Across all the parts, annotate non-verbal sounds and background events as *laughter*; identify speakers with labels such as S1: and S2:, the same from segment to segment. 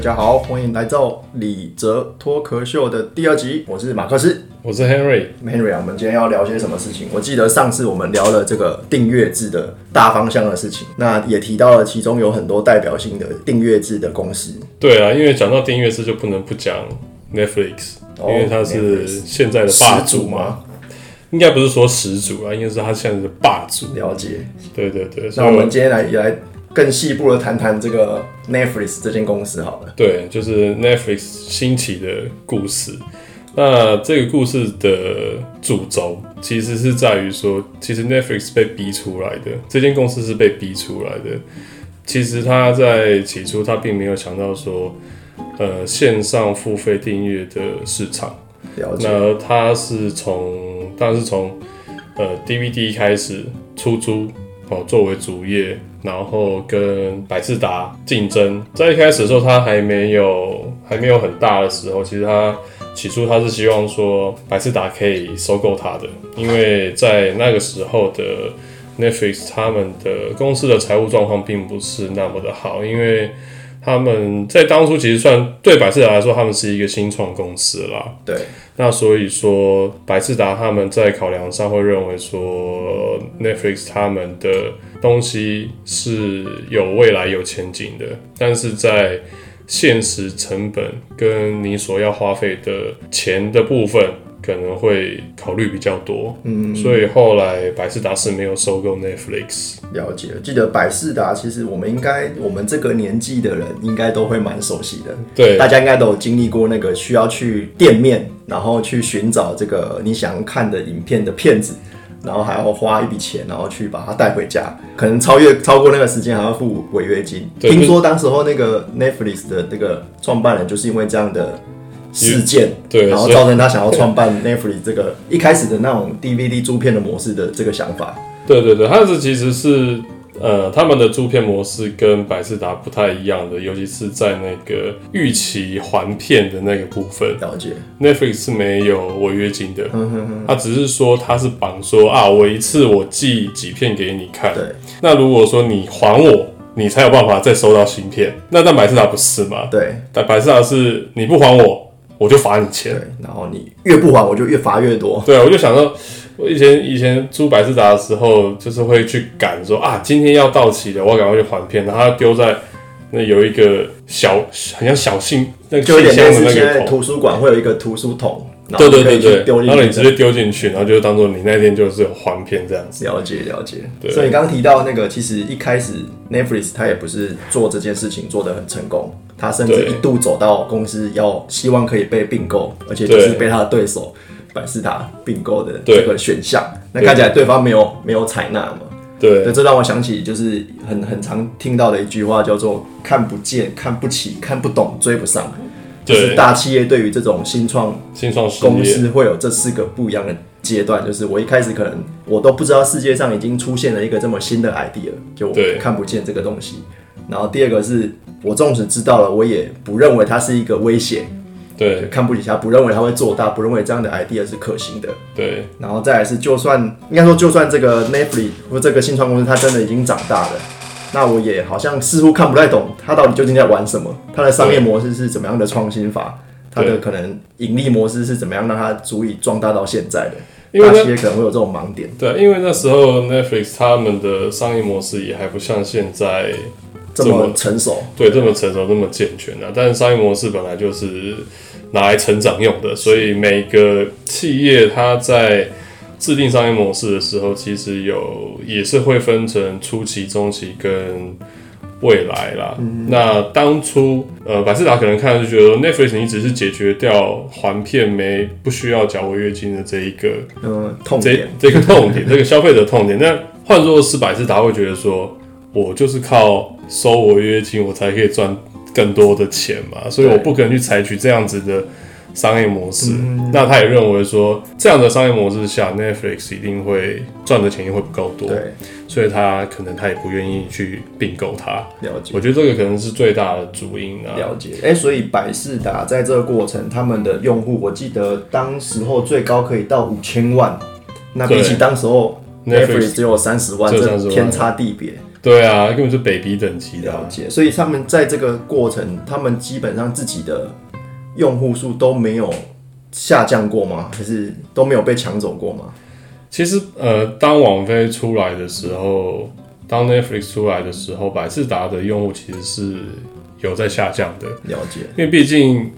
S1: 家好，欢迎来到李哲脱壳秀的第二集，我是马克思
S2: 我是 Henry，
S1: Henry 啊。我们今天要聊些什么事情？我记得上次我们聊了这个订阅制的大方向的事情，那也提到了其中有很多代表性的订阅制的公司。
S2: 对啊，因为讲到订阅制就不能不讲 Netflix，、
S1: 哦
S2: 因为它是现在的霸主嘛，？应该不是说始祖啊，应该是它现在的霸主。
S1: 了解。
S2: 对对对，所
S1: 那
S2: 以
S1: 我们今天来也来更细部的谈谈这个 Netflix 这间公司好了。
S2: 对，就是 Netflix 兴起的故事。那这个故事的主轴其实是在于说，其实 Netflix 被逼出来的，这间公司是被逼出来的。其实他在起初他并没有想到说，呃，线上付费订阅的市场。
S1: 了解。
S2: 那它是从，当然是从呃 DVD 开始出租哦作为主业，然后跟百事达竞争。在一开始的时候，它还没有还没有很大的时候，其实它起初它是希望说百事达可以收购它的，因为在那个时候的 Netflix 他们的公司的财务状况并不是那么的好，因为。他们在当初其实算对百事达来说，他们是一个新创公司啦，
S1: 对，
S2: 那所以说，百事达他们在考量上会认为说，Netflix 他们的东西是有未来、有前景的，但是在现实成本跟你所要花费的钱的部分，可能会考虑比较多。嗯，所以后来百事达是没有收购 Netflix。
S1: 了解。记得百事达，其实我们应该，我们这个年纪的人应该都会蛮熟悉的。
S2: 对
S1: 大家应该都有经历过那个需要去店面，然后去寻找这个你想看的影片的片子，然后还要花一笔钱，然后去把它带回家，可能超越超过那个时间还要付违约金。
S2: 对
S1: 听说当时候那个 Netflix 的那个创办人就是因为这样的事件，
S2: 对
S1: 然后
S2: 所以
S1: 造成他想要创办 Netflix 这个一开始的那种 DVD 租片的模式的这个想法。
S2: 对对对，它是其实是呃，他们的租片模式跟百事达不太一样的，尤其是在那个预期还片的那个部分
S1: 了解，
S2: ，Netflix 是没有违约金的，它只是说它是绑说啊，我一次我寄几片给你看，
S1: 对
S2: 那如果说你还我，你才有办法再收到新片，那但百事达不是嘛？
S1: 对。
S2: 但百事达是你不还我，我就罚你钱
S1: 对。，然后你越不还，我就越罚越多。
S2: 对，我就想到，我以前以前租百事达的时候，就是会去赶说啊，今天要到期了，我要赶快去还片，然后它丢在那有一个小，很像小信那个
S1: 就有
S2: 信
S1: 点
S2: 箱
S1: 类
S2: 的
S1: 似
S2: 那
S1: 现在
S2: 个桶，
S1: 图书馆会有一个图书桶，然后
S2: 对对
S1: 你可
S2: 对
S1: 以去
S2: 对，
S1: 丢进
S2: 然后你直
S1: 去。
S2: 接丢进去，然后就当做你那天就是有还片这样子。
S1: 了解了解，
S2: 对
S1: 所以你刚刚提到那个，其实一开始 Netflix 它也不是做这件事情做得很成功，它甚至
S2: 对
S1: 一度走到公司要希望可以被并购，而且就是
S2: 对
S1: 被它的对手百事达并购的
S2: 对
S1: 这个选项。那
S2: 对
S1: 看起来对方没有没有采纳嘛？
S2: 对
S1: 对，这让我想起就是很很常听到的一句话，叫做“看不见、看不起、看不懂、追不上”，就是
S2: 对，
S1: 大企业对于这种新创
S2: 新创事
S1: 公
S2: 业，
S1: 司会有这四个不一样的阶段，就是我一开始可能我都不知道世界上已经出现了一个这么新的 idea，就我
S2: 对
S1: 看不见这个东西。然后第二个是我纵使知道了，我也不认为它是一个威胁，
S2: 对
S1: 看不起它，不认为它会做大，不认为这样的 idea 是可行的。
S2: 对
S1: 然后再来是，就算应该说，就算这个 Netflix 或这个新创公司它真的已经长大了，那我也好像似乎看不太懂它到底究竟在玩什么，它的商业模式是怎么样的创新法，它的
S2: 对
S1: 可能盈利模式是怎么样让它足以壮大到现在的。
S2: 因为
S1: 大
S2: 那
S1: 企业可能会有这种盲点，
S2: 对，因为那时候 Netflix 他们的商业模式也还不像现在
S1: 这
S2: 这
S1: 么
S2: 么
S1: 成熟，
S2: 对，这么成熟，这么健全啊！但是商业模式本来就是拿来成长用的，所以每个企业它在制定商业模式的时候，其实有也是会分成初期、中期跟未来啦。那当初呃，百事达可能看就觉得 Netflix 你只是解决掉还片没不需要缴违约金的这一个
S1: 嗯，痛
S2: 这
S1: 点，
S2: 这个痛点，这 *laughs* 个消费者痛点。那换作是百事达，会觉得说，我就是靠收违约金，我才可以赚更多的钱嘛，所以
S1: 对
S2: 我不可能去采取这样子的商业模式。
S1: 嗯
S2: 那他也认为说，这样的商业模式下，Netflix 一定会赚的钱也会不够多，
S1: 对，
S2: 所以他可能他也不愿意去并购它。
S1: 了解
S2: 我。觉得啊这个可能是最大的主因啊。
S1: 了解，哎、所以百事达在这个过程，他们的用户，我记得当时候最高可以到五千万，那比起
S2: 对
S1: 当时候
S2: Netflix
S1: Netflix 只有三十万，
S2: 只有
S1: 这
S2: 30万
S1: 天差地别。
S2: 对啊，根本就北鼻等级的、
S1: 了
S2: 啊。
S1: 解，所以他们在这个过程，他们基本上自己的用户数都没有下降过吗？还是都没有被抢走过吗？
S2: 其实呃，当网飞出来的时候，当 Netflix 出来的时候，百事达的用户其实是有在下降的，
S1: 了解，
S2: 因为毕竟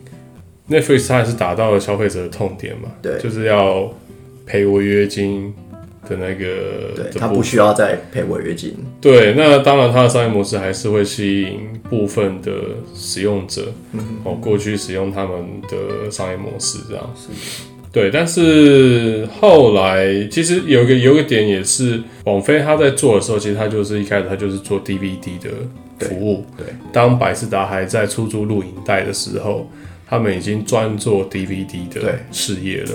S2: Netflix 它也是打到了消费者的痛点嘛，
S1: 对
S2: 就是要赔违约金的那个，
S1: 对
S2: 的
S1: 他
S2: 部
S1: 不需要再赔违约金，
S2: 对，那当然，它的商业模式还是会吸引部分的使用者，
S1: 嗯
S2: 哦，过去使用他们的商业模式这样。
S1: 是
S2: 对，但是后来其实有一个有一个点也是，网飞他在做的时候，其实他就是一开始他就是做 DVD 的服务。
S1: 对对
S2: 当百事达还在出租录影带的时候，他们已经专做 DVD 的
S1: 对
S2: 事业了，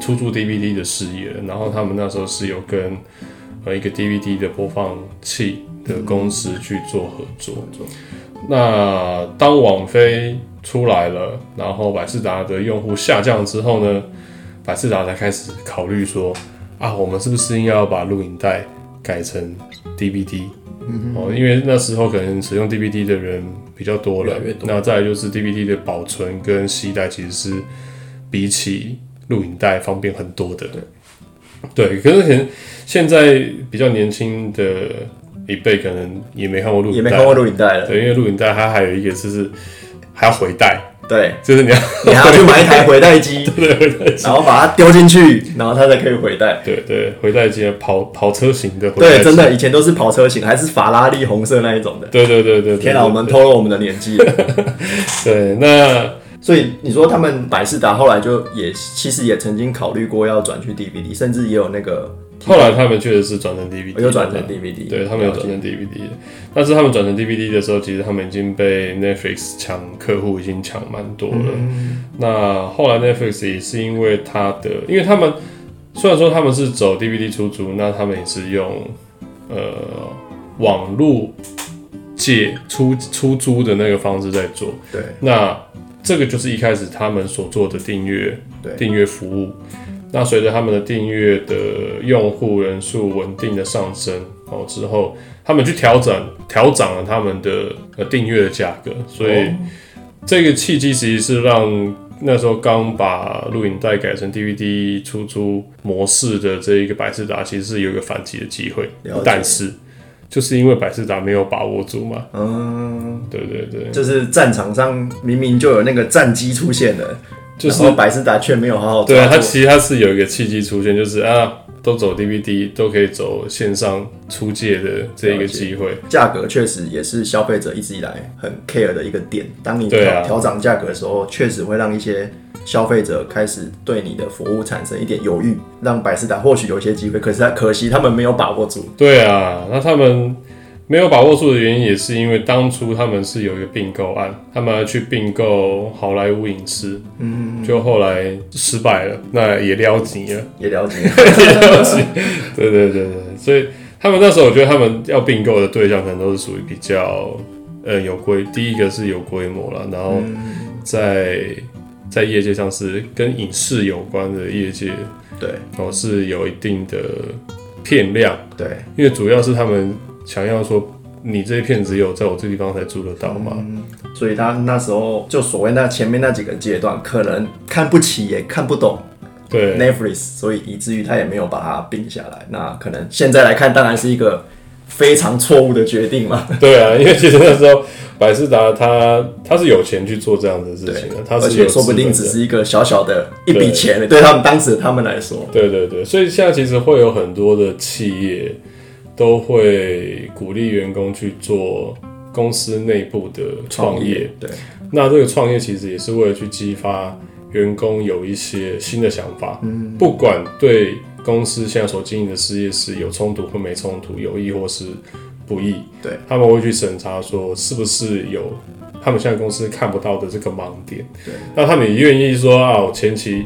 S2: 出租 DVD 的事业了。然后他们那时候是有跟呃一个 DVD 的播放器的公司去嗯做合作。那当网飞出来了，然后百事达的用户下降之后呢，百事达才开始考虑说，啊，我们是不是应该要把录影带改成 DVD？哦，因为那时候可能使用 DVD 的人比较多了，
S1: 越来越多
S2: 那再来就是 DVD 的保存跟携带其实是比起录影带方便很多的。对，可是可能现在比较年轻的一辈可能也没看过录影带，
S1: 也没看过录影带了，
S2: 对，因为录影带它还有一个就是还要回带， *laughs*
S1: 对，
S2: 就
S1: *laughs*
S2: 是你要
S1: 你还要去买一台回带机，
S2: *laughs* 对回带机，
S1: 然后把它丢进去，然后它才可以回带。
S2: 对对，回带机跑跑车型的回带
S1: 对，
S2: 机，
S1: 真的，以前都是跑车型，还是法拉利红色那一种的。
S2: 对，对对对对，
S1: 天啊，我们透露我们的年纪了。
S2: 对那
S1: 所以你说他们百事达后来就也其实也曾经考虑过要转去 DVD，甚至也有那个
S2: 后来他们确实是转成 DVD，
S1: 哦我又转成
S2: 了
S1: DVD，
S2: 对他们有
S1: 了解
S2: 转成 DVD，的但是他们转成 DVD 的时候，其实他们已经被 Netflix 抢客户，已经抢蛮多了。
S1: 嗯
S2: 那后来 Netflix 也是因为它的，因为他们虽然说他们是走 DVD 出租，那他们也是用呃网络借出出租的那个方式在做。
S1: 对
S2: 那这个就是一开始他们所做的订阅
S1: 对
S2: 订阅服务。那随着他们的订阅的用户人数稳定的上升哦之后，他们去调整调涨了他们的呃订阅的价格，所以、
S1: 哦
S2: 这个契机其实是让那时候刚把录影带改成 DVD 出租模式的这一个百事达，其实是有一个反击的机会
S1: 了解，
S2: 但是就是因为百事达没有把握住嘛，
S1: 嗯，
S2: 对对对，
S1: 就是战场上明明就有那个战机出现了，
S2: 就是
S1: 然后百事达却没有好好
S2: 对啊，
S1: 抓
S2: 它
S1: 住
S2: 其实它是有一个契机出现，就是啊，都走 DVD，都可以走线上出借的这一个
S1: 了解
S2: 机会。
S1: 价格确实也是消费者一直以来很 care 的一个点。当你
S2: 对啊
S1: 调调涨价格的时候，确实会让一些消费者开始对你的服务产生一点犹豫，让百事达或许有一些机会，可是他可惜他们没有把握住。
S2: 对啊，那他们没有把握住的原因，也是因为当初他们是有一个并购案，他们要去并购好莱坞影视，嗯，就后来失败了，那也撩急了，
S1: 也了
S2: *laughs*
S1: 解，
S2: 也撩急。 *laughs* 对对对对，所以他们那时候我觉得他们要并购的对象，可能都是属于比较呃有规，第一个是有规模了，然后
S1: 嗯
S2: 在。在业界上是跟影视有关的业界，
S1: 对
S2: 然后是有一定的片量，
S1: 对，
S2: 因为主要是他们想要说，你这一片只有在我这地方才租得到嘛。
S1: 嗯所以他那时候就所谓那前面那几个阶段，可能看不起也看不懂
S2: 对
S1: Netflix，所以以至于他也没有把它并下来。那可能现在来看，当然是一个非常错误的决定嘛。
S2: *laughs* 对啊，因为其实那时候百事达他他是有钱去做这样的事情的，他
S1: 而
S2: 是有
S1: 且说不定
S2: 资
S1: 只
S2: 本的
S1: 是一个小小的一笔钱，对他们当时的他们来说，
S2: 对对对，所以现在其实会有很多的企业都会鼓励员工去做公司内部的创业。
S1: 对
S2: 那这个创业其实也是为了去激发员工有一些新的想法，嗯，不管对公司现在所经营的事业是有冲突或没冲突，有益或是不益，
S1: 对，
S2: 他们会去审查说是不是有他们现在公司看不到的这个盲点，
S1: 对，
S2: 那他们也愿意说啊，我前期。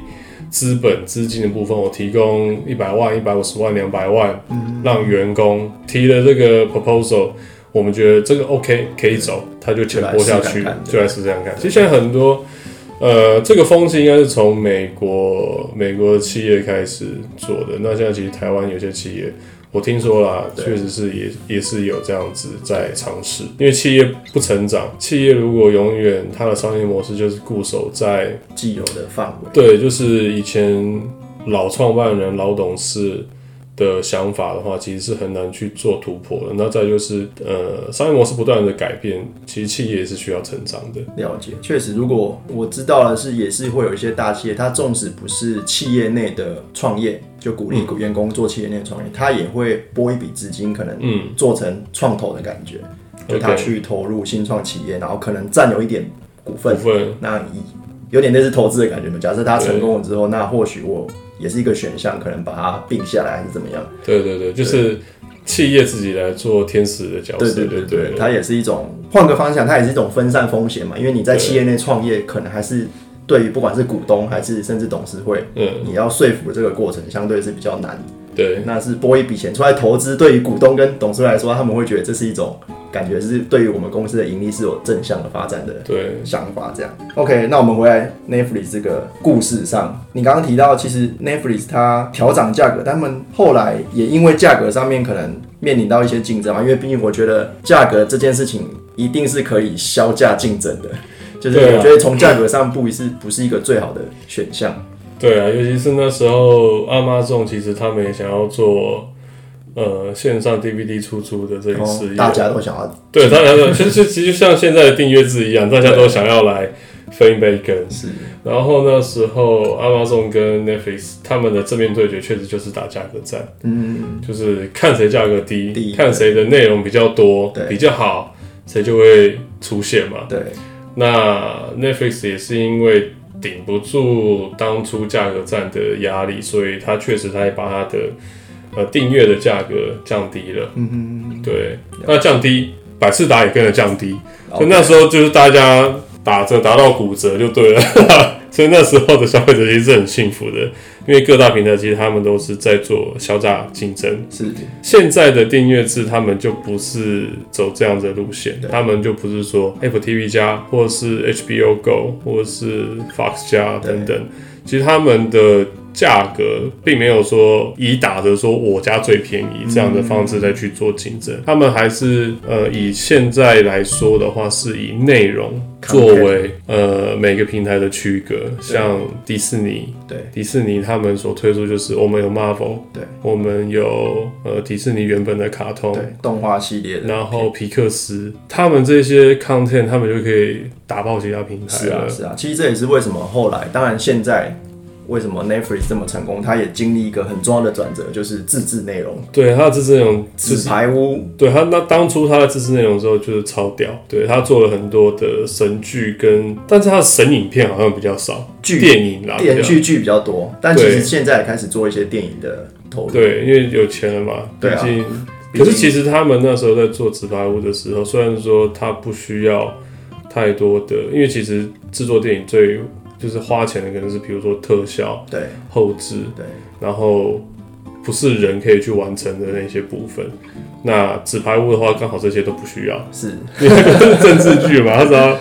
S2: 资本资金的部分，我提供一百万、一百五十万、两百万，
S1: 嗯
S2: 让员工提了这个 proposal，我们觉得这个 OK 可以走，他就钱拨下
S1: 就来试
S2: 去
S1: 看看，对
S2: 就来试这样看。其实现在很多，呃，这个风气应该是从美国美国的企业开始做的。那现在其实台湾有些企业，我听说啦，
S1: 对
S2: 确实是也也是有这样子在尝试，因为企业不成长，企业如果永远它的商业模式就是固守在
S1: 既有的范围。
S2: 对，就是以前老创办人、老董事的想法的话，其实是很难去做突破的。那再就是，呃，商业模式不断的改变，其实企业也是需要成长的。
S1: 了解，确实，如果我知道的是，也是会有一些大企业，它纵使不是企业内的创业，就鼓励
S2: 嗯
S1: 员工做企业内的创业，它也会拨一笔资金，可能
S2: 嗯
S1: 做成创投的感觉，就他
S2: OK
S1: 去投入新创企业，然后可能占有一点股
S2: 部
S1: 份，
S2: 分
S1: 那以有点类似投资的感觉嘛。假设它成功了之后，那或许我也是一个选项，可能把它并下来还是怎么样？
S2: 对对对，就是企业自己来做天使的角
S1: 对
S2: 色，
S1: 对
S2: 对
S1: 对对，它也是一种换个方向，它也是一种分散风险嘛。因为你在企业内创业，可能还是对于不管是股东还是甚至董事会，
S2: 嗯，
S1: 你要说服这个过程相对是比较难。
S2: 对
S1: 那是拨一笔钱出来投资，对于股东跟董事来说，他们会觉得这是一种感觉是对于我们公司的盈利是有正向的发展的
S2: 对，
S1: 想法这样。OK，那我们回来 Netflix 这个故事上，你刚刚提到，其实 Netflix 它调涨价格，但他们后来也因为价格上面可能面临到一些竞争嘛，因为毕竟我觉得价格这件事情一定是可以削价竞争的，就是
S2: 对啊
S1: 我觉得从价格上不是不是一个最好的选项。
S2: 对啊，尤其是那时候阿妈众，其实他们也想要做。呃，线上 DVD 出租的这一
S1: 然后
S2: 事业，
S1: 哦大家都想要
S2: 对，当然了，其实其实就像现在的订阅制一样，大家都想要来分一杯羹。
S1: 是
S2: 然后那时候，Amazon 跟 Netflix 他们的正面对决，确实就是打价格战，
S1: 嗯，
S2: 就是看谁价格低，
S1: 低
S2: 看谁的内容比较多
S1: 对、
S2: 比较好，谁就会出现嘛。
S1: 对，
S2: 那 Netflix 也是因为顶不住当初价格战的压力，所以它确实它也把它的呃订阅的价格降低了。
S1: 嗯
S2: 对，那降低，百事达也跟着降低，
S1: 哼，
S2: 所以那时候就是大家打折打到骨折就对了， *laughs* 所以那时候的消费者其实是很幸福的，因为各大平台其实他们都是在做销价竞争。
S1: 是
S2: 现在的订阅制他们就不是走这样的路线，
S1: 对
S2: 他们就不是说 Apple TV 加或者是 HBO Go 或者是 Fox 加
S1: 对
S2: 等等，其实他们的价格并没有说以打折说我家最便宜这样的方式再去做竞争，
S1: 嗯
S2: 他们还是呃以现在来说的话，是以内容
S1: Content
S2: 作为呃每个平台的区隔，像迪士尼，
S1: 对
S2: 迪士尼他们所推出就是我们有 Marvel，
S1: 对，
S2: 我们有呃迪士尼原本的卡通。
S1: 对，动画系列的，
S2: 然后皮克斯，他们这些 content，他们就可以打爆其他平台
S1: 是
S2: 了
S1: 啊，。是啊，其实这也是为什么后来，当然现在为什么 Netflix 这么成功，它也经历一个很重要的转折，就是自制内容，
S2: 对，他的这种自
S1: 纸牌屋，
S2: 对他那当初他的自制内容的时候就是超屌，对他做了很多的神剧跟，但是他的神影片好像比较少，
S1: 剧
S2: 电影啦，
S1: 电
S2: 比较
S1: 视剧比较多，但其
S2: 对
S1: 实现在也开始做一些电影的投入，
S2: 对，因为有钱了嘛，毕
S1: 对啊
S2: 竟。
S1: 毕
S2: 可
S1: 竟
S2: 是其实他们那时候在做纸牌屋的时候，虽然说他不需要太多的，因为其实制作电影最就是花钱的可能是比如说特效、
S1: 对
S2: 后置，
S1: 对
S2: 然后不是人可以去完成的那些部分。那纸牌屋的话，刚好这些都不需要，
S1: *laughs* 是。
S2: 因为它是政治剧嘛，他只要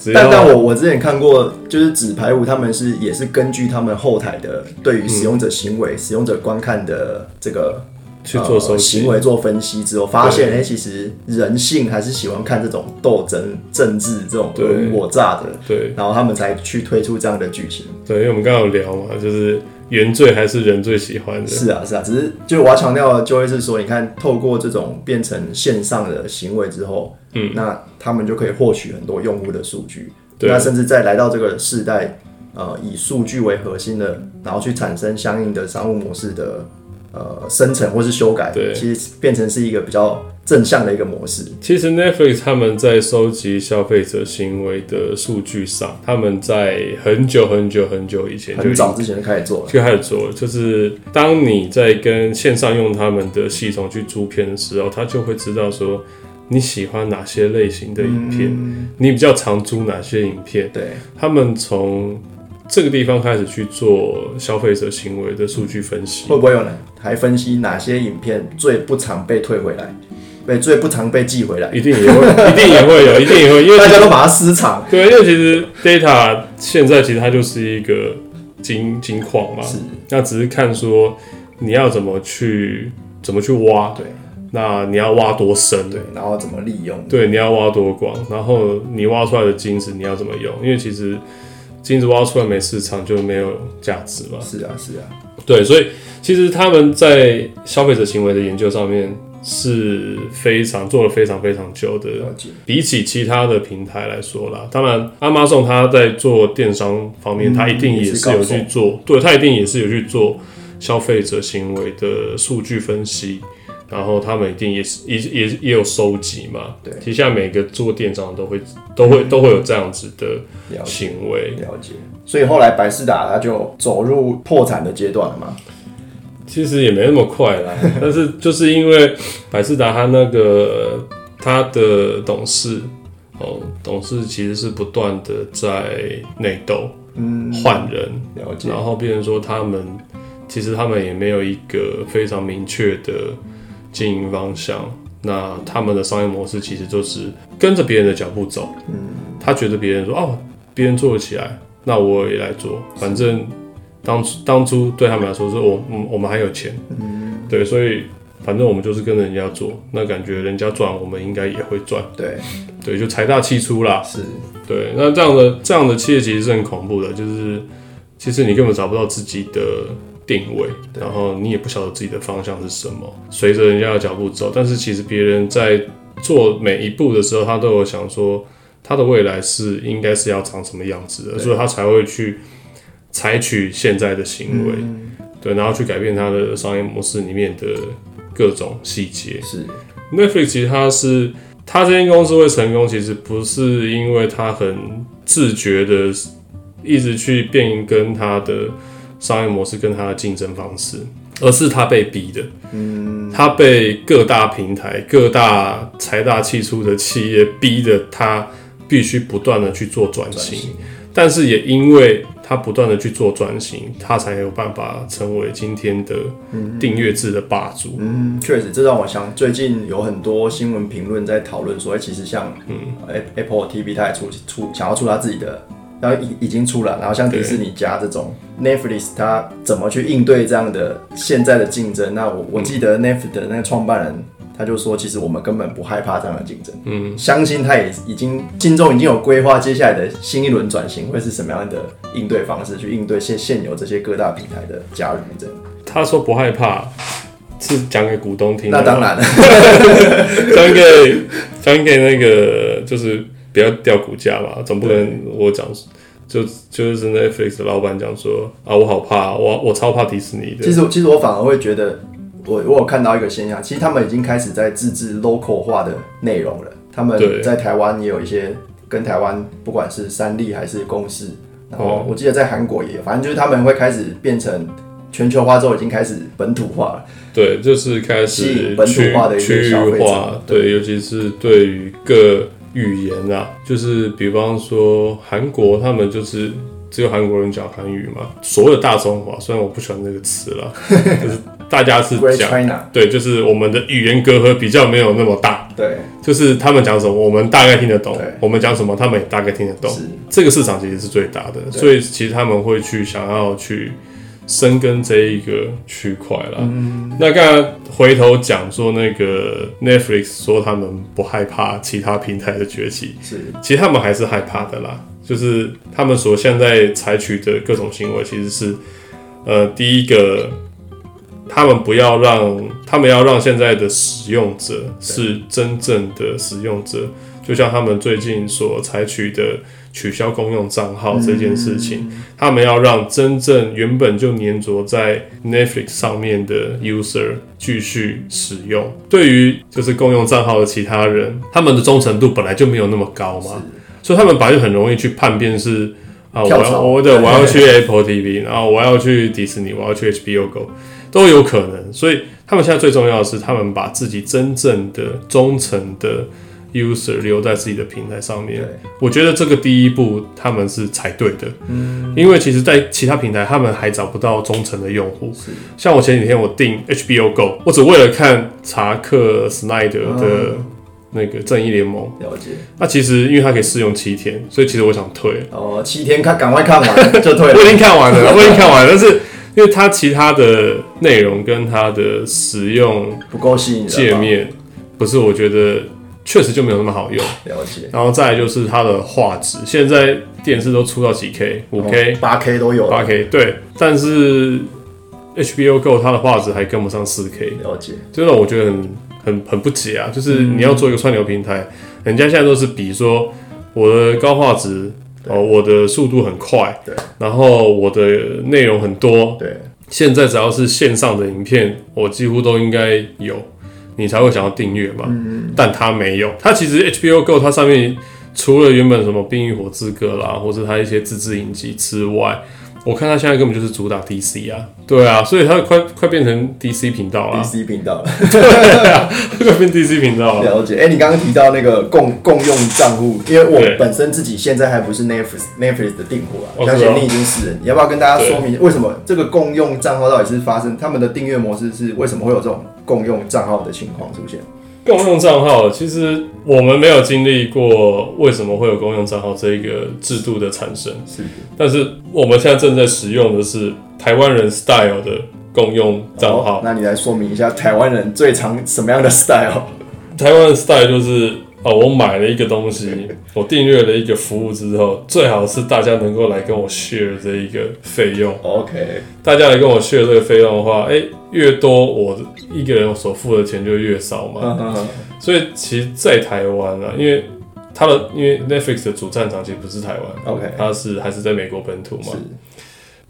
S2: 只
S1: 但但
S2: 要
S1: 我我之前看过，就是纸牌屋他们是也是根据他们后台的对于使用者行为、使用者观看的这个
S2: 去做收
S1: 呃行
S2: 集，
S1: 为做分析之后，发现哎
S2: 对、
S1: 诶其实人性还是喜欢看这种斗争、政治这种
S2: 对
S1: 尔虞我诈的，
S2: 对
S1: 然后他们才去推出这样的剧情。
S2: 对，因为我们刚刚有聊嘛，就是原罪还是人最喜欢的，
S1: 是啊，是啊，只是就我要强调的就会是说，你看透过这种变成线上的行为之后，嗯，那他们就可以获取很多用户的数据，
S2: 对
S1: 那甚至再来到这个世代，呃，以数据为核心的，然后去产生相应的商务模式的呃生成或是修改，
S2: 对
S1: 其实变成是一个比较正向的一个模式。
S2: 其实 Netflix 他们在收集消费者行为的数据上，他们在很久很久很久以前就已
S1: 很
S2: 经
S1: 早之前就开始做了，
S2: 就开始做了，就是当你在跟线上用他们的系统去租片的时候，他就会知道说你喜欢哪些类型的影片，
S1: 嗯
S2: 你比较常租哪些影片，
S1: 对，
S2: 他们从这个地方开始去做消费者行为的数据分析。
S1: 会不会有人还分析哪些影片最不常被退回来，被最不常被寄回来？
S2: 一定也会，一定也会有，一定也会，因为
S1: 大家都把它私藏，
S2: 对，因为其实 data 现在其实它就是一个金金矿嘛，
S1: 是
S2: 那只是看说你要怎么去怎么去挖，
S1: 对
S2: 那你要挖多深，
S1: 对，然后怎么利用？
S2: 对，你要挖多广，然后你挖出来的金子你要怎么用？因为其实金子挖出来没市场就没有价值嘛。
S1: 是啊，是啊，
S2: 对，所以其实他们在消费者行为的研究上面是非常做了非常非常久的。
S1: 了解。
S2: 比起其他的平台来说啦，当然，Amazon 它在做电商方面，
S1: 嗯
S2: 它一定也是有
S1: 也
S2: 去
S1: 是
S2: 做，对，它一定也是有去做消费者行为的数据分析，然后他们一定也是也也也有收集嘛。
S1: 对
S2: 其实现在每个做电商都会都会都会有这样子的
S1: 了解
S2: 行为。
S1: 了解，所以后来百事达它就走入破产的阶段了嘛。
S2: 其实也没那么快
S1: *laughs*
S2: 啦，但是就是因为百事达他那个他的董事哦，董事其实是不断的在内斗，嗯，换啊人，
S1: 了解，
S2: 然后变成说他们其实他们也没有一个非常明确的经营方向。那他们的商业模式其实就是跟着别人的脚步走，嗯，他觉得别人说哦，别人做得起来，那我也来做，反正当初当初对他们来说是我嗯我们还有钱，嗯，对，所以反正我们就是跟着人家做，那感觉人家赚，我们应该也会赚，
S1: 对，
S2: 对，就财大气粗啦，
S1: 是
S2: 对，那这样的这样的企业其实是很恐怖的，就是其实你根本找不到自己的定位，然后你也不晓得自己的方向是什么，随着人家的脚步走。但是其实别人在做每一步的时候，他都有想说他的未来是应该是要长什么样子的，所以他才会去采取现在的行为，
S1: 嗯
S2: 对，然后去改变他的商业模式里面的各种细节。
S1: 是
S2: Netflix 其实它是它这间公司会成功，其实不是因为它很自觉的一直去变更它的商业模式跟它的竞争方式，而是它被逼的。嗯，它被各大平台、各大财大气粗的企业逼的，它必须不断的去做转
S1: 转
S2: 型。
S1: 型，
S2: 但是也因为他不断的去做转型，他才有办法成为今天的订阅制的霸主。
S1: 嗯，确实，这让我想，最近有很多新闻评论在讨论说，哎、其实像嗯 Apple TV 它也出出想要出它自己的，然后已已经出了，然后像迪士尼家这种 Netflix 它怎么去应对这样的现在的竞争？那我我记得 Netflix 的那个创办人。他就说，其实我们根本不害怕这样的竞争，嗯，相信他也已经心中已经有规划，接下来的新一轮转型会是什么样的应对方式，去应对现现有这些各大平台的加入，这样。
S2: 他说不害怕，是讲给股东听的，
S1: 那当然了，
S2: 讲给讲给那个就是不要掉股价嘛，总不能我讲就就是 Netflix 的老板讲说啊，我好怕，我我超怕迪士尼的
S1: 其，实，其实我反而会觉得，我我有看到一个现象，其实他们已经开始在自制 local 化的内容了。他们
S2: 对
S1: 在台湾也有一些跟台湾，不管是三立还是公视，然后
S2: 哦
S1: 我记得在韩国也有，反正就是他们会开始变成全球化之后，已经开始本土化了。
S2: 对，就是开
S1: 吸
S2: 始
S1: 引本土
S2: 区
S1: 化的一
S2: 区
S1: 些
S2: 域
S1: 消费者
S2: 化，对，尤其是对于各语言啊，就是比方说韩国，他们就是。只有韩国人讲韩语嘛？所有大中华，虽然我不喜欢这个词
S1: *laughs*
S2: 啦，就是大家是
S1: Great
S2: 讲
S1: China，
S2: 对，就是我们的语言隔阂比较没有那么大，
S1: 对，
S2: 就是他们讲什么我们大概听得懂
S1: 对，
S2: 我们讲什么他们也大概听得懂
S1: 是。
S2: 这个市场其实是最大的，所以其实他们会去想要去深耕这一个区块啦。
S1: 嗯
S2: 那刚才回头讲说那个 Netflix 说他们不害怕其他平台的崛起，
S1: 是
S2: 其实他们还是害怕的啦，就是他们所现在采取的各种行为，其实是，呃，第一个，他们不要让他们要让现在的使用者是真正的使用者，就像他们最近所采取的取消公用账号这件事情，
S1: 嗯
S2: 他们要让真正原本就粘着在 Netflix 上面的 user 继续使用。对于就是共用账号的其他人，他们的忠诚度本来就没有那么高嘛，所以他们本来就很容易去叛变是啊，我
S1: 跳
S2: 要
S1: 槽
S2: 我的我要去 Apple TV，然后我要去迪士尼，我要去 HBO Go，都有可能。所以他们现在最重要的是，他们把自己真正的忠诚的 user 留在自己的平台上面
S1: 对。
S2: 我觉得这个第一步他们是才对的，嗯，因为其实，在其他平台他们还找不到忠诚的用户。像我前几天我订 HBO Go，我只为了看查克·斯奈德的那个《正义联盟》
S1: 了解。
S2: 那其实因为它可以试用七天，所以其实我想退了。
S1: 哦，七天看，赶快看完就对
S2: 我已 *laughs*
S1: 了。
S2: 经看完了，我已经看完了，但是因为它其他的内容跟它的使用
S1: 不够吸引人吧
S2: 界面，不是我觉得确实就没有那么好用。
S1: 了解，
S2: 然后再来就是它的画质，现在电视都出到几 K、五 K、
S1: 八 K 都有了
S2: 八 K，对，但是 HBO Go 它的画质还跟不上四 K，
S1: 了解，
S2: 这种我觉得很很很不解啊，就是你要做一个串流平台，人家现在都是比说我的高画质。哦，我的速度很快，
S1: 对，
S2: 然后我的内容很多。
S1: 对，
S2: 现在只要是线上的影片，我几乎都应该有，你才会想要订阅嘛。但它没有，它其实 HBO Go 它上面除了原本什么《冰与火之歌》啦，或者它一些自制影集之外，我看它现在根本就是主打 DC 啊，对啊，所以它快快变成 DC 频道 *laughs* 啦。
S1: DC 频道了
S2: 对啊，这个变 DC 频道了。
S1: 了解。哎、你刚刚提到那个共共用账户，因为我
S2: 对
S1: 本身自己现在还不是 Netflix Netflix 的订户啊，我
S2: 哦
S1: 相信
S2: 是哦
S1: 你已经是了。你要不要跟大家说明为什么这个共用账号到底是发生他们的订阅模式是为什么会有这种共用账号的情况出现？
S2: 共用账号，其实我们没有经历过为什么会有共用账号这一个制度的产生，
S1: 是
S2: 但是我们现在正在使用的是台湾人 style 的共用账
S1: 哦
S2: 号。
S1: 那你来说明一下台湾人最常 *laughs* 什么样的
S2: *laughs*
S1: style？
S2: 台湾的 style 就是哦，我买了一个
S1: *laughs*
S2: 东西，我订阅了一个服务之后，最好是大家能够来跟我 share 这一个费用。
S1: *laughs* OK，
S2: 大家来跟我 share 这个费用的话，哎、越多我一个人所付的钱就越少嘛。
S1: 嗯嗯嗯
S2: 所以其实，在台湾啊，因为它的因为 Netflix 的主战场其实不是台湾，
S1: ，OK，
S2: 它是还是在美国本土嘛
S1: 是。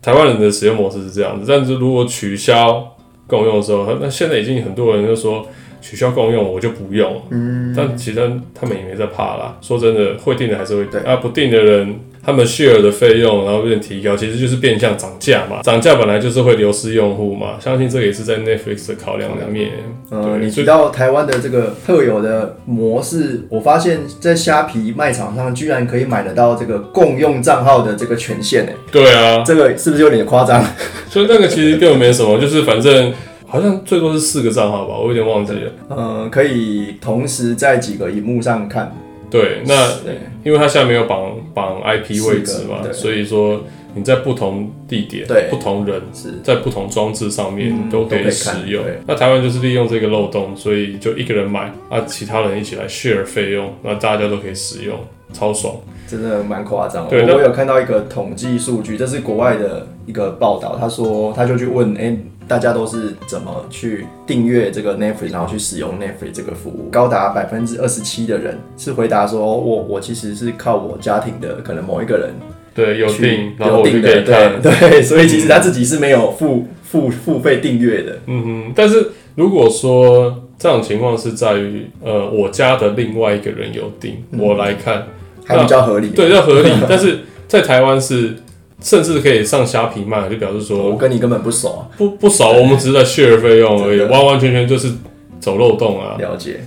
S2: 台湾人的使用模式是这样子，但是如果取消共用的时候，那现在已经很多人就说取消共用我就不用，嗯，但其实他们也没在怕啦。说真的，会定的还是会
S1: 对
S2: 定，啊，不定的人。他们 share 的费用，然后变提高，其实就是变相涨价嘛。涨价本来就是会流失用户嘛，相信这个也是在 Netflix 的考量里面。
S1: 嗯，
S2: 对，
S1: 你
S2: 所
S1: 提
S2: 以
S1: 到台湾的这个特有的模式，我发现在虾皮卖场上居然可以买得到这个共用账号的这个权限欸诶，
S2: 对啊，
S1: 这个是不是有点夸张？ *laughs*
S2: 所以那个其实根本没什么，就是反正好像最多是四个账号吧，我有点忘记了。
S1: 嗯，可以同时在几个荧幕上看。
S2: 对，那
S1: 对
S2: 因为它现在没有绑绑 IP 位置
S1: 四个
S2: 嘛，
S1: 对
S2: 所以说你在不同地点、
S1: 对
S2: 不同人。
S1: 是
S2: 在不同装置上面
S1: 嗯
S2: 都可
S1: 都可
S2: 以
S1: 以
S2: 使
S1: 看
S2: 用
S1: 对。
S2: 那台湾就是利用这个漏洞，所以就一个人买，啊，其他人一起来 share 费用，那大家都可以使用，超爽。
S1: 真的蛮夸张的。
S2: 对那
S1: 我我有看到一个统计数据，这是国外的一个报道，他说他就去问，哎、大家都是怎么去订阅这个 Netflix，然后去使用 Netflix 这个服务？高达百分之二十七的人是回答说，哦我我其实是靠我家庭的可能某一个人
S2: 对，有
S1: 去
S2: 订，然后
S1: 有
S2: 我就
S1: 订
S2: 可以
S1: 的，
S2: 看
S1: 对。对，所以其实他自己是没有付付付费订阅的。
S2: 嗯哼，但是如果说这种情况是在于，呃，我家的另外一个人有订，
S1: 嗯
S2: 我来看，
S1: 还比较合理，
S2: 对，这
S1: *laughs*
S2: 合理。但是在台湾是甚至可以上虾皮卖，就表示
S1: 我
S2: 说
S1: 跟你根本不熟啊，
S2: 不不少，我们只是在 share 费用而已，
S1: 真的
S2: 完完全全就是走漏洞啊。
S1: 了解，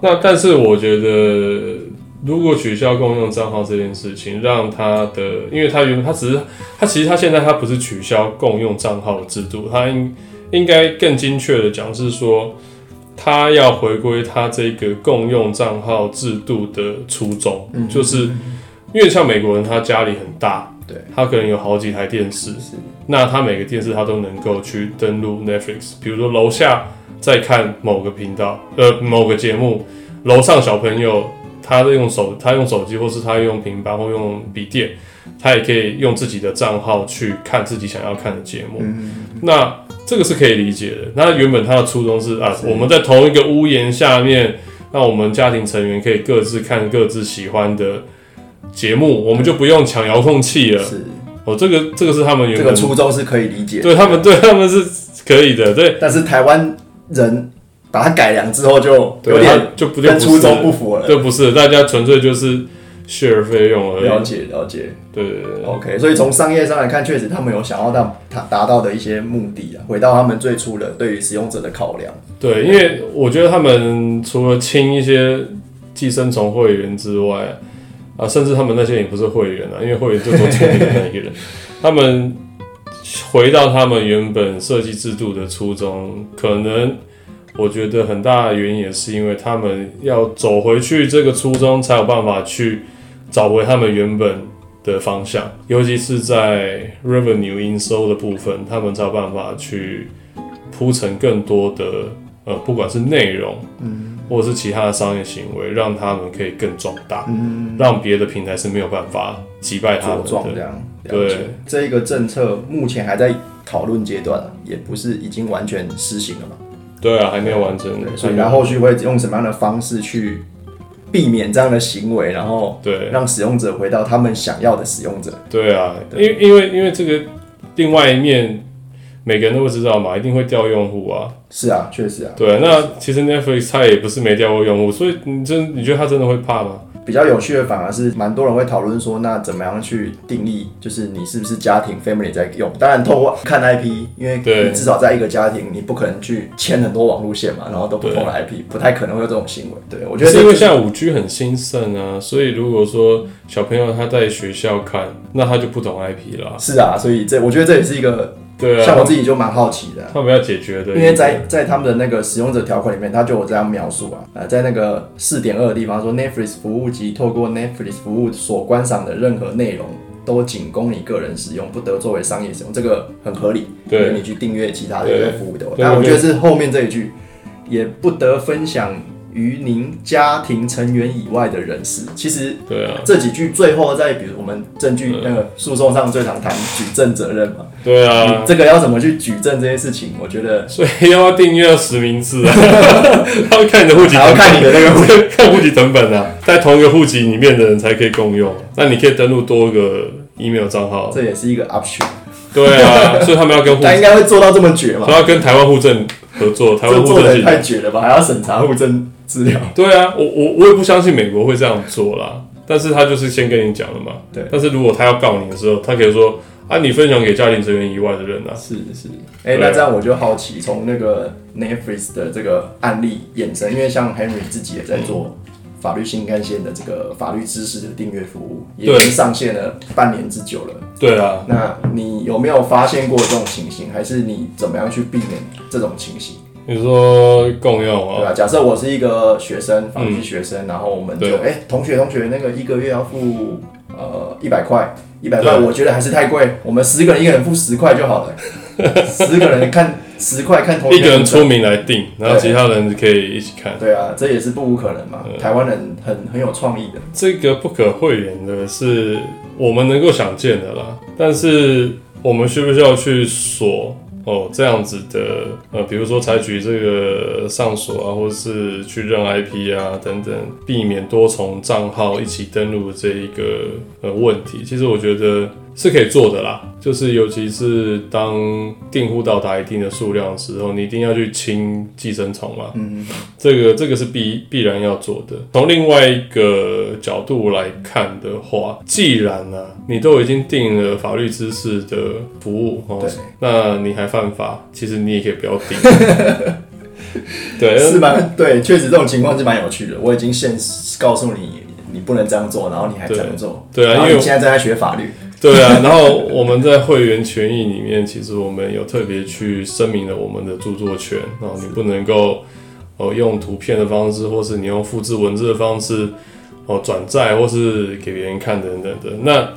S2: 那但是我觉得，如果取消共用账号这件事情，让他的，因为他原本他只是他其实他现在他不是取消共用账号的制度，他应应该更精确的讲是说，他要回归他这个共用账号制度的初衷，
S1: 嗯
S2: 就是因为像美国人他家里很大，
S1: 对，
S2: 他可能有好几台电视，
S1: 是
S2: 那他每个电视他都能够去登录 Netflix，比如说楼下在看某个频道，呃，某个节目，楼上小朋友他在用手他用手机，或是他用平板或用笔电，他也可以用自己的账号去看自己想要看的节
S1: 嗯
S2: 目。那这个是可以理解的。那原本他的初衷是啊，我们在同一个屋檐下面，那我们家庭成员可以各自看各自喜欢的节目，我们就不用抢遥控器了。
S1: 是
S2: 哦，这个这个是他们原
S1: 这
S2: 本
S1: 个初衷是可以理解的。
S2: 对他们，对他们是可以的，对
S1: 但是台湾人把它改良之后，就有
S2: 对，啊
S1: 点
S2: 他就不就
S1: 跟
S2: 不
S1: 初
S2: 是，
S1: 衷不符了。
S2: 这不是大家纯粹就是 share 费用而
S1: 了
S2: 已，
S1: 解了解
S2: 对对对对
S1: ，OK。所以从商业上来看，确实他们有想要到达达到的一些目的啊，回到他们最初的对于使用者的考量。
S2: 对，因为我觉得他们除了清一些寄生虫会员之外，啊，甚至他们那些也不是会员啊，因为会员就多清理的那一个人，他们回到他们原本设计制度的初衷，可能。我觉得很大的原因也是因为他们要走回去这个初衷，才有办法去找回他们原本的方向，尤其是在 revenue 营收的部分，他们才有办法去铺成更多的呃，不管是内容，嗯，或者是其他的商业行为，让他们可以更壮大，嗯，让别的平台是没有办法击败他
S1: 茁
S2: 们
S1: 壮
S2: 的
S1: 这。样。
S2: 啊对
S1: 了解，这一个政策目前还在讨论阶段，啊也不是已经完全施行了嘛。
S2: 对啊，还没有完成，
S1: 对，所以然后后续会用什么样的方式去避免这样的行为，然后
S2: 对
S1: 让使用者回到他们想要的使用者。
S2: 对啊，因为因为因为这个另外一面，每个人都会知道嘛，一定会调用户啊。
S1: 是啊，确实啊。
S2: 对啊，那其实 Netflix 它也不是没调过用户，所以你真你觉得它真的会怕吗？
S1: 比较有趣的反而是蛮多人会讨论说，那怎么样去定义，就是你是不是家庭 family 在用？当然，透过看 IP，因为
S2: 对
S1: 你至少在一个家庭，你不可能去牵很多网路线嘛，然后都不同的 IP，不太可能会有这种行为。对我觉得
S2: 是
S1: 这
S2: 因为
S1: 个
S2: 现在五 G 很兴盛啊，所以如果说小朋友他在学校看，那他就不懂 IP 啦。
S1: 是啊，所以这我觉得这也是一个，
S2: 对
S1: 像
S2: 啊
S1: 我，自己就蛮好奇的啊、
S2: 他们要解决的一个，
S1: 因为在在他们的那个使用者条款里面，他就有这样描述啊，呃，在那个四点二的地方说，Netflix 服务及透过 Netflix 服务所观赏的任何内容，都仅供你个人使用，不得作为商业使用，这个很合理。
S2: 对
S1: 因为你去订阅其他的这些服务的话。
S2: 对对
S1: 但我觉得是后面这一句，也不得分享于您家庭成员以外的人士。其实
S2: 对啊，
S1: 这几句最后在比如我们证据那个诉讼上最常谈举证责任嘛，
S2: 对啊
S1: 你，这个要怎么去举证这些事情，我觉得。
S2: *laughs* 所以要不要订阅要实名制啊， *laughs* 他要看你的户籍，
S1: 还要看你的那个户
S2: 个 *laughs* 看户籍成本啊，在同一个户籍里面的人才可以共用。那你可以登录多个 email 账号，
S1: 这也是一个 option，
S2: 对
S1: *laughs*
S2: 啊，所以他们要跟户，
S1: 但应
S2: 所
S1: 该会做到这么绝嘛
S2: 以？要跟台湾户政合作，台湾
S1: 这
S2: 户
S1: 做
S2: 政
S1: 的
S2: 系
S1: 太绝了吧？还要审查户政资料，
S2: 对啊，我我我也不相信美国会这样做啦。但是他就是先跟你讲了嘛。
S1: 对
S2: 但是如果他要告你的时候，他可以说啊，你分享给家庭成员以外的人啊。
S1: 是是。哎、那这样我就好奇，从那个 Netflix 的这个案例衍生，因为像 Henry 自己也在做法律新干线的这个法律知识的订阅服务，也已经上线了半年之久了。
S2: 对啊，
S1: 那你有没有发现过这种情形？还是你怎么样去避免这种情形？
S2: 你说共用
S1: 对
S2: 啊，
S1: 吧？假设我是一个学生，法律系学生，然后我们就
S2: 对
S1: 哎、同学同学，那个一个月要付呃一百块，一百块
S2: 对
S1: 我觉得还是太贵，我们十个人一个人付十块就好了，
S2: *laughs*
S1: 十个人看十块看同学
S2: 哦一个人出名来定，然后其他人可以一起看。
S1: 对啊，这也是不无可能
S2: 嗯
S1: 嘛。台湾人很很有创意的，
S2: 这个不可讳言的是我们能够想见的啦，但是我们需不需要去锁哦这样子的呃，比如说采取这个上锁啊，或是去认 IP 啊等等，避免多重账号一起登录这一个呃问题，其实我觉得是可以做的啦。就是尤其是当订户到达一定的数量的时候，你一定要去清寄生虫嘛。这个这个是必必然要做的。从另外一个角度来看的话，既然呢、你都已经定了法律知识的服务哦
S1: 对，
S2: 那你还犯法，其实你也可以不要定。对，
S1: 是蛮对，确实这种情况是蛮有趣的。我已经现告诉你，你不能这样做，然后你还这样做，
S2: 对啊
S1: 然后
S2: 因为
S1: 你现在正在学法律，
S2: *laughs* 对啊，然后我们在会员权益里面，其实我们有特别去声明了我们的著作权，然后你不能够呃用图片的方式，或是你用复制文字的方式，哦转载或是给别人看等等的。那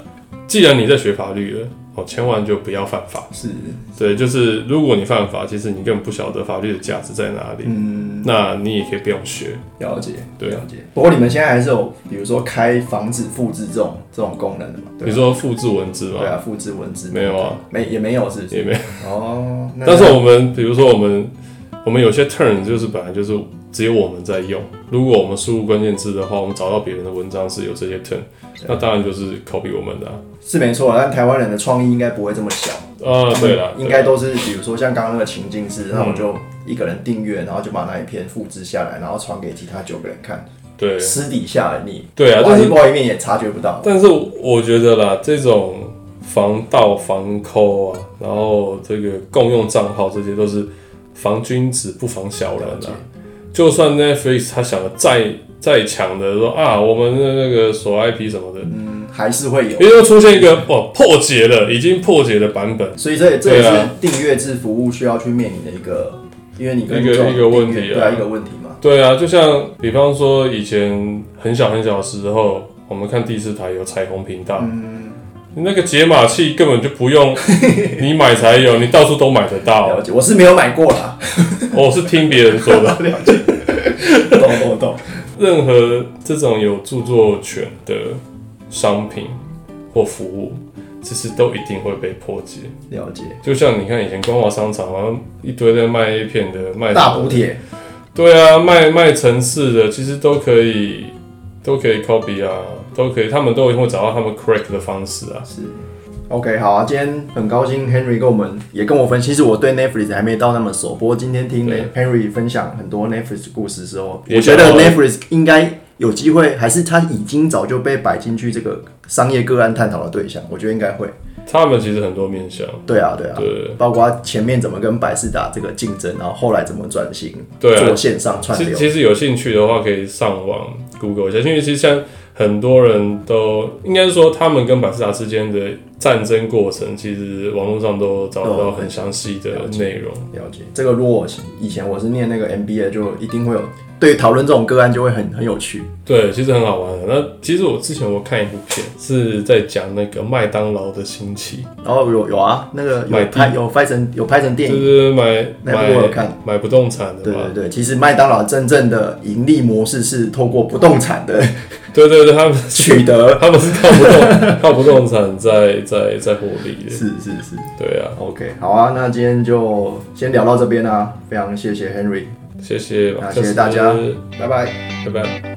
S2: 既然你在学法律了，哦千万就不要犯法。
S1: 是
S2: 对，就是如果你犯法，其实你根本不晓得法律的价值在哪里，嗯，那你也可以不用学。
S1: 了解，
S2: 对
S1: 了解。不过你们现在还是有，比如说开防止复制这种这种功能的嘛？对
S2: 你
S1: 吧
S2: 说复制文字吗？
S1: 对啊，复制文字
S2: 没有啊，
S1: 没也没有是不是
S2: 也没有。
S1: 哦，那
S2: 但是我们比如说我们我们有些 turn 就是本来就是只有我们在用，如果我们输入关键字的话，我们找到别人的文章是有这些 turn，那当然就是 copy 我们的啊。
S1: 是没错，但台湾人的创意应该不会这么小，
S2: 啊对了，
S1: 嗯应该
S2: 对啦嗯
S1: 都是比如说像刚刚那个情境是，那我就一个人订阅，然后就把那一篇复制下来，然后传给其他九个人看，
S2: 对
S1: 私底下你
S2: 对啊，但
S1: 外
S2: 是
S1: 外面也察觉不到，
S2: 但是我觉得啦，这种防盗、防抠啊，然后这个共用账号，这些都是防君子不防小人
S1: 了解
S2: 啊。就算 Netflix 他想的再再强的说啊，我们的那个锁 IP 什么的，
S1: 嗯，还是会有。
S2: 也就出现一个哦破解了，已经破解的版本，
S1: 所以这也这也
S2: 对
S1: 是
S2: 啊
S1: 订阅制服务需要去面临的一个，因为你跟
S2: 一个
S1: 这种
S2: 一个问题
S1: 订阅
S2: 啊
S1: 对啊，一个问题嘛，
S2: 对啊，就像比方
S1: 嗯
S2: 说以前很小很小的时候，我们看第四台有彩虹频道，那个解码器根本就
S1: *laughs*
S2: 不用你买才有，你到处都买得到
S1: 了。解，我是没有买过啦，
S2: 我是听别人说的。
S1: 了解，懂懂懂，
S2: 任何这种有著作权的商品或服务，其实都一定会被破解。
S1: *laughs* 了解。
S2: 就像你看以前光华商场，好像一堆在卖 A 片的，卖什
S1: 大
S2: 么
S1: 补铁，
S2: 对啊，卖卖城市的其实都可以，都可以 copy 啊，都可以，他们都一定会找到他们 correct 的方式啊。
S1: OK，好啊，今天很高兴 Henry 跟我们也跟我分析，其实我对 Netflix 还没到那么熟，不过今天听
S2: 对
S1: Henry 分享很多 Netflix 故事之后，
S2: 也
S1: 我觉得
S2: 想要
S1: Netflix 应该有机会，还是它已经早就被摆进去这个商业个案探讨的对象，我觉得应该会。
S2: 他们其实很多面向，
S1: 对啊，对啊，
S2: 对
S1: 包括前面怎么跟百事达这个竞争，然后后来怎么转型，
S2: 对啊
S1: 做线上串
S2: 其
S1: 流，
S2: 其实有兴趣的话，可以上网 Google 一下，因为其实像很多人都应该是说，他们跟百事达之间的战争过程，其实网络上都找得到很详细的内容。
S1: 哦了解这个。如果我以前我是念那个 MBA，就一定会有对讨论这种个案就会很很有趣。
S2: 对，其实很好玩的。那其实我之前我看一部片，是在讲那个麦当劳的兴起，
S1: 然后有有啊，那个
S2: 买
S1: 有拍有拍成有拍成电
S2: 就
S1: 影，
S2: 是买
S1: 那部我有
S2: 买
S1: 看
S2: 买不动产的
S1: 对
S2: 嘛
S1: 对。对。其实麦当劳真正的盈利模式是透过不动产的
S2: 对对对，他们 *laughs*
S1: 取得，
S2: 他们是靠不动 *laughs* 靠不动产在在在获利的。
S1: 是是是。
S2: 对啊，
S1: OK，好啊，那今天就先啊聊到这边啦、非常谢谢 Henry，
S2: 谢谢，
S1: 那谢谢大家
S2: 下次
S1: 拜拜。
S2: 拜拜。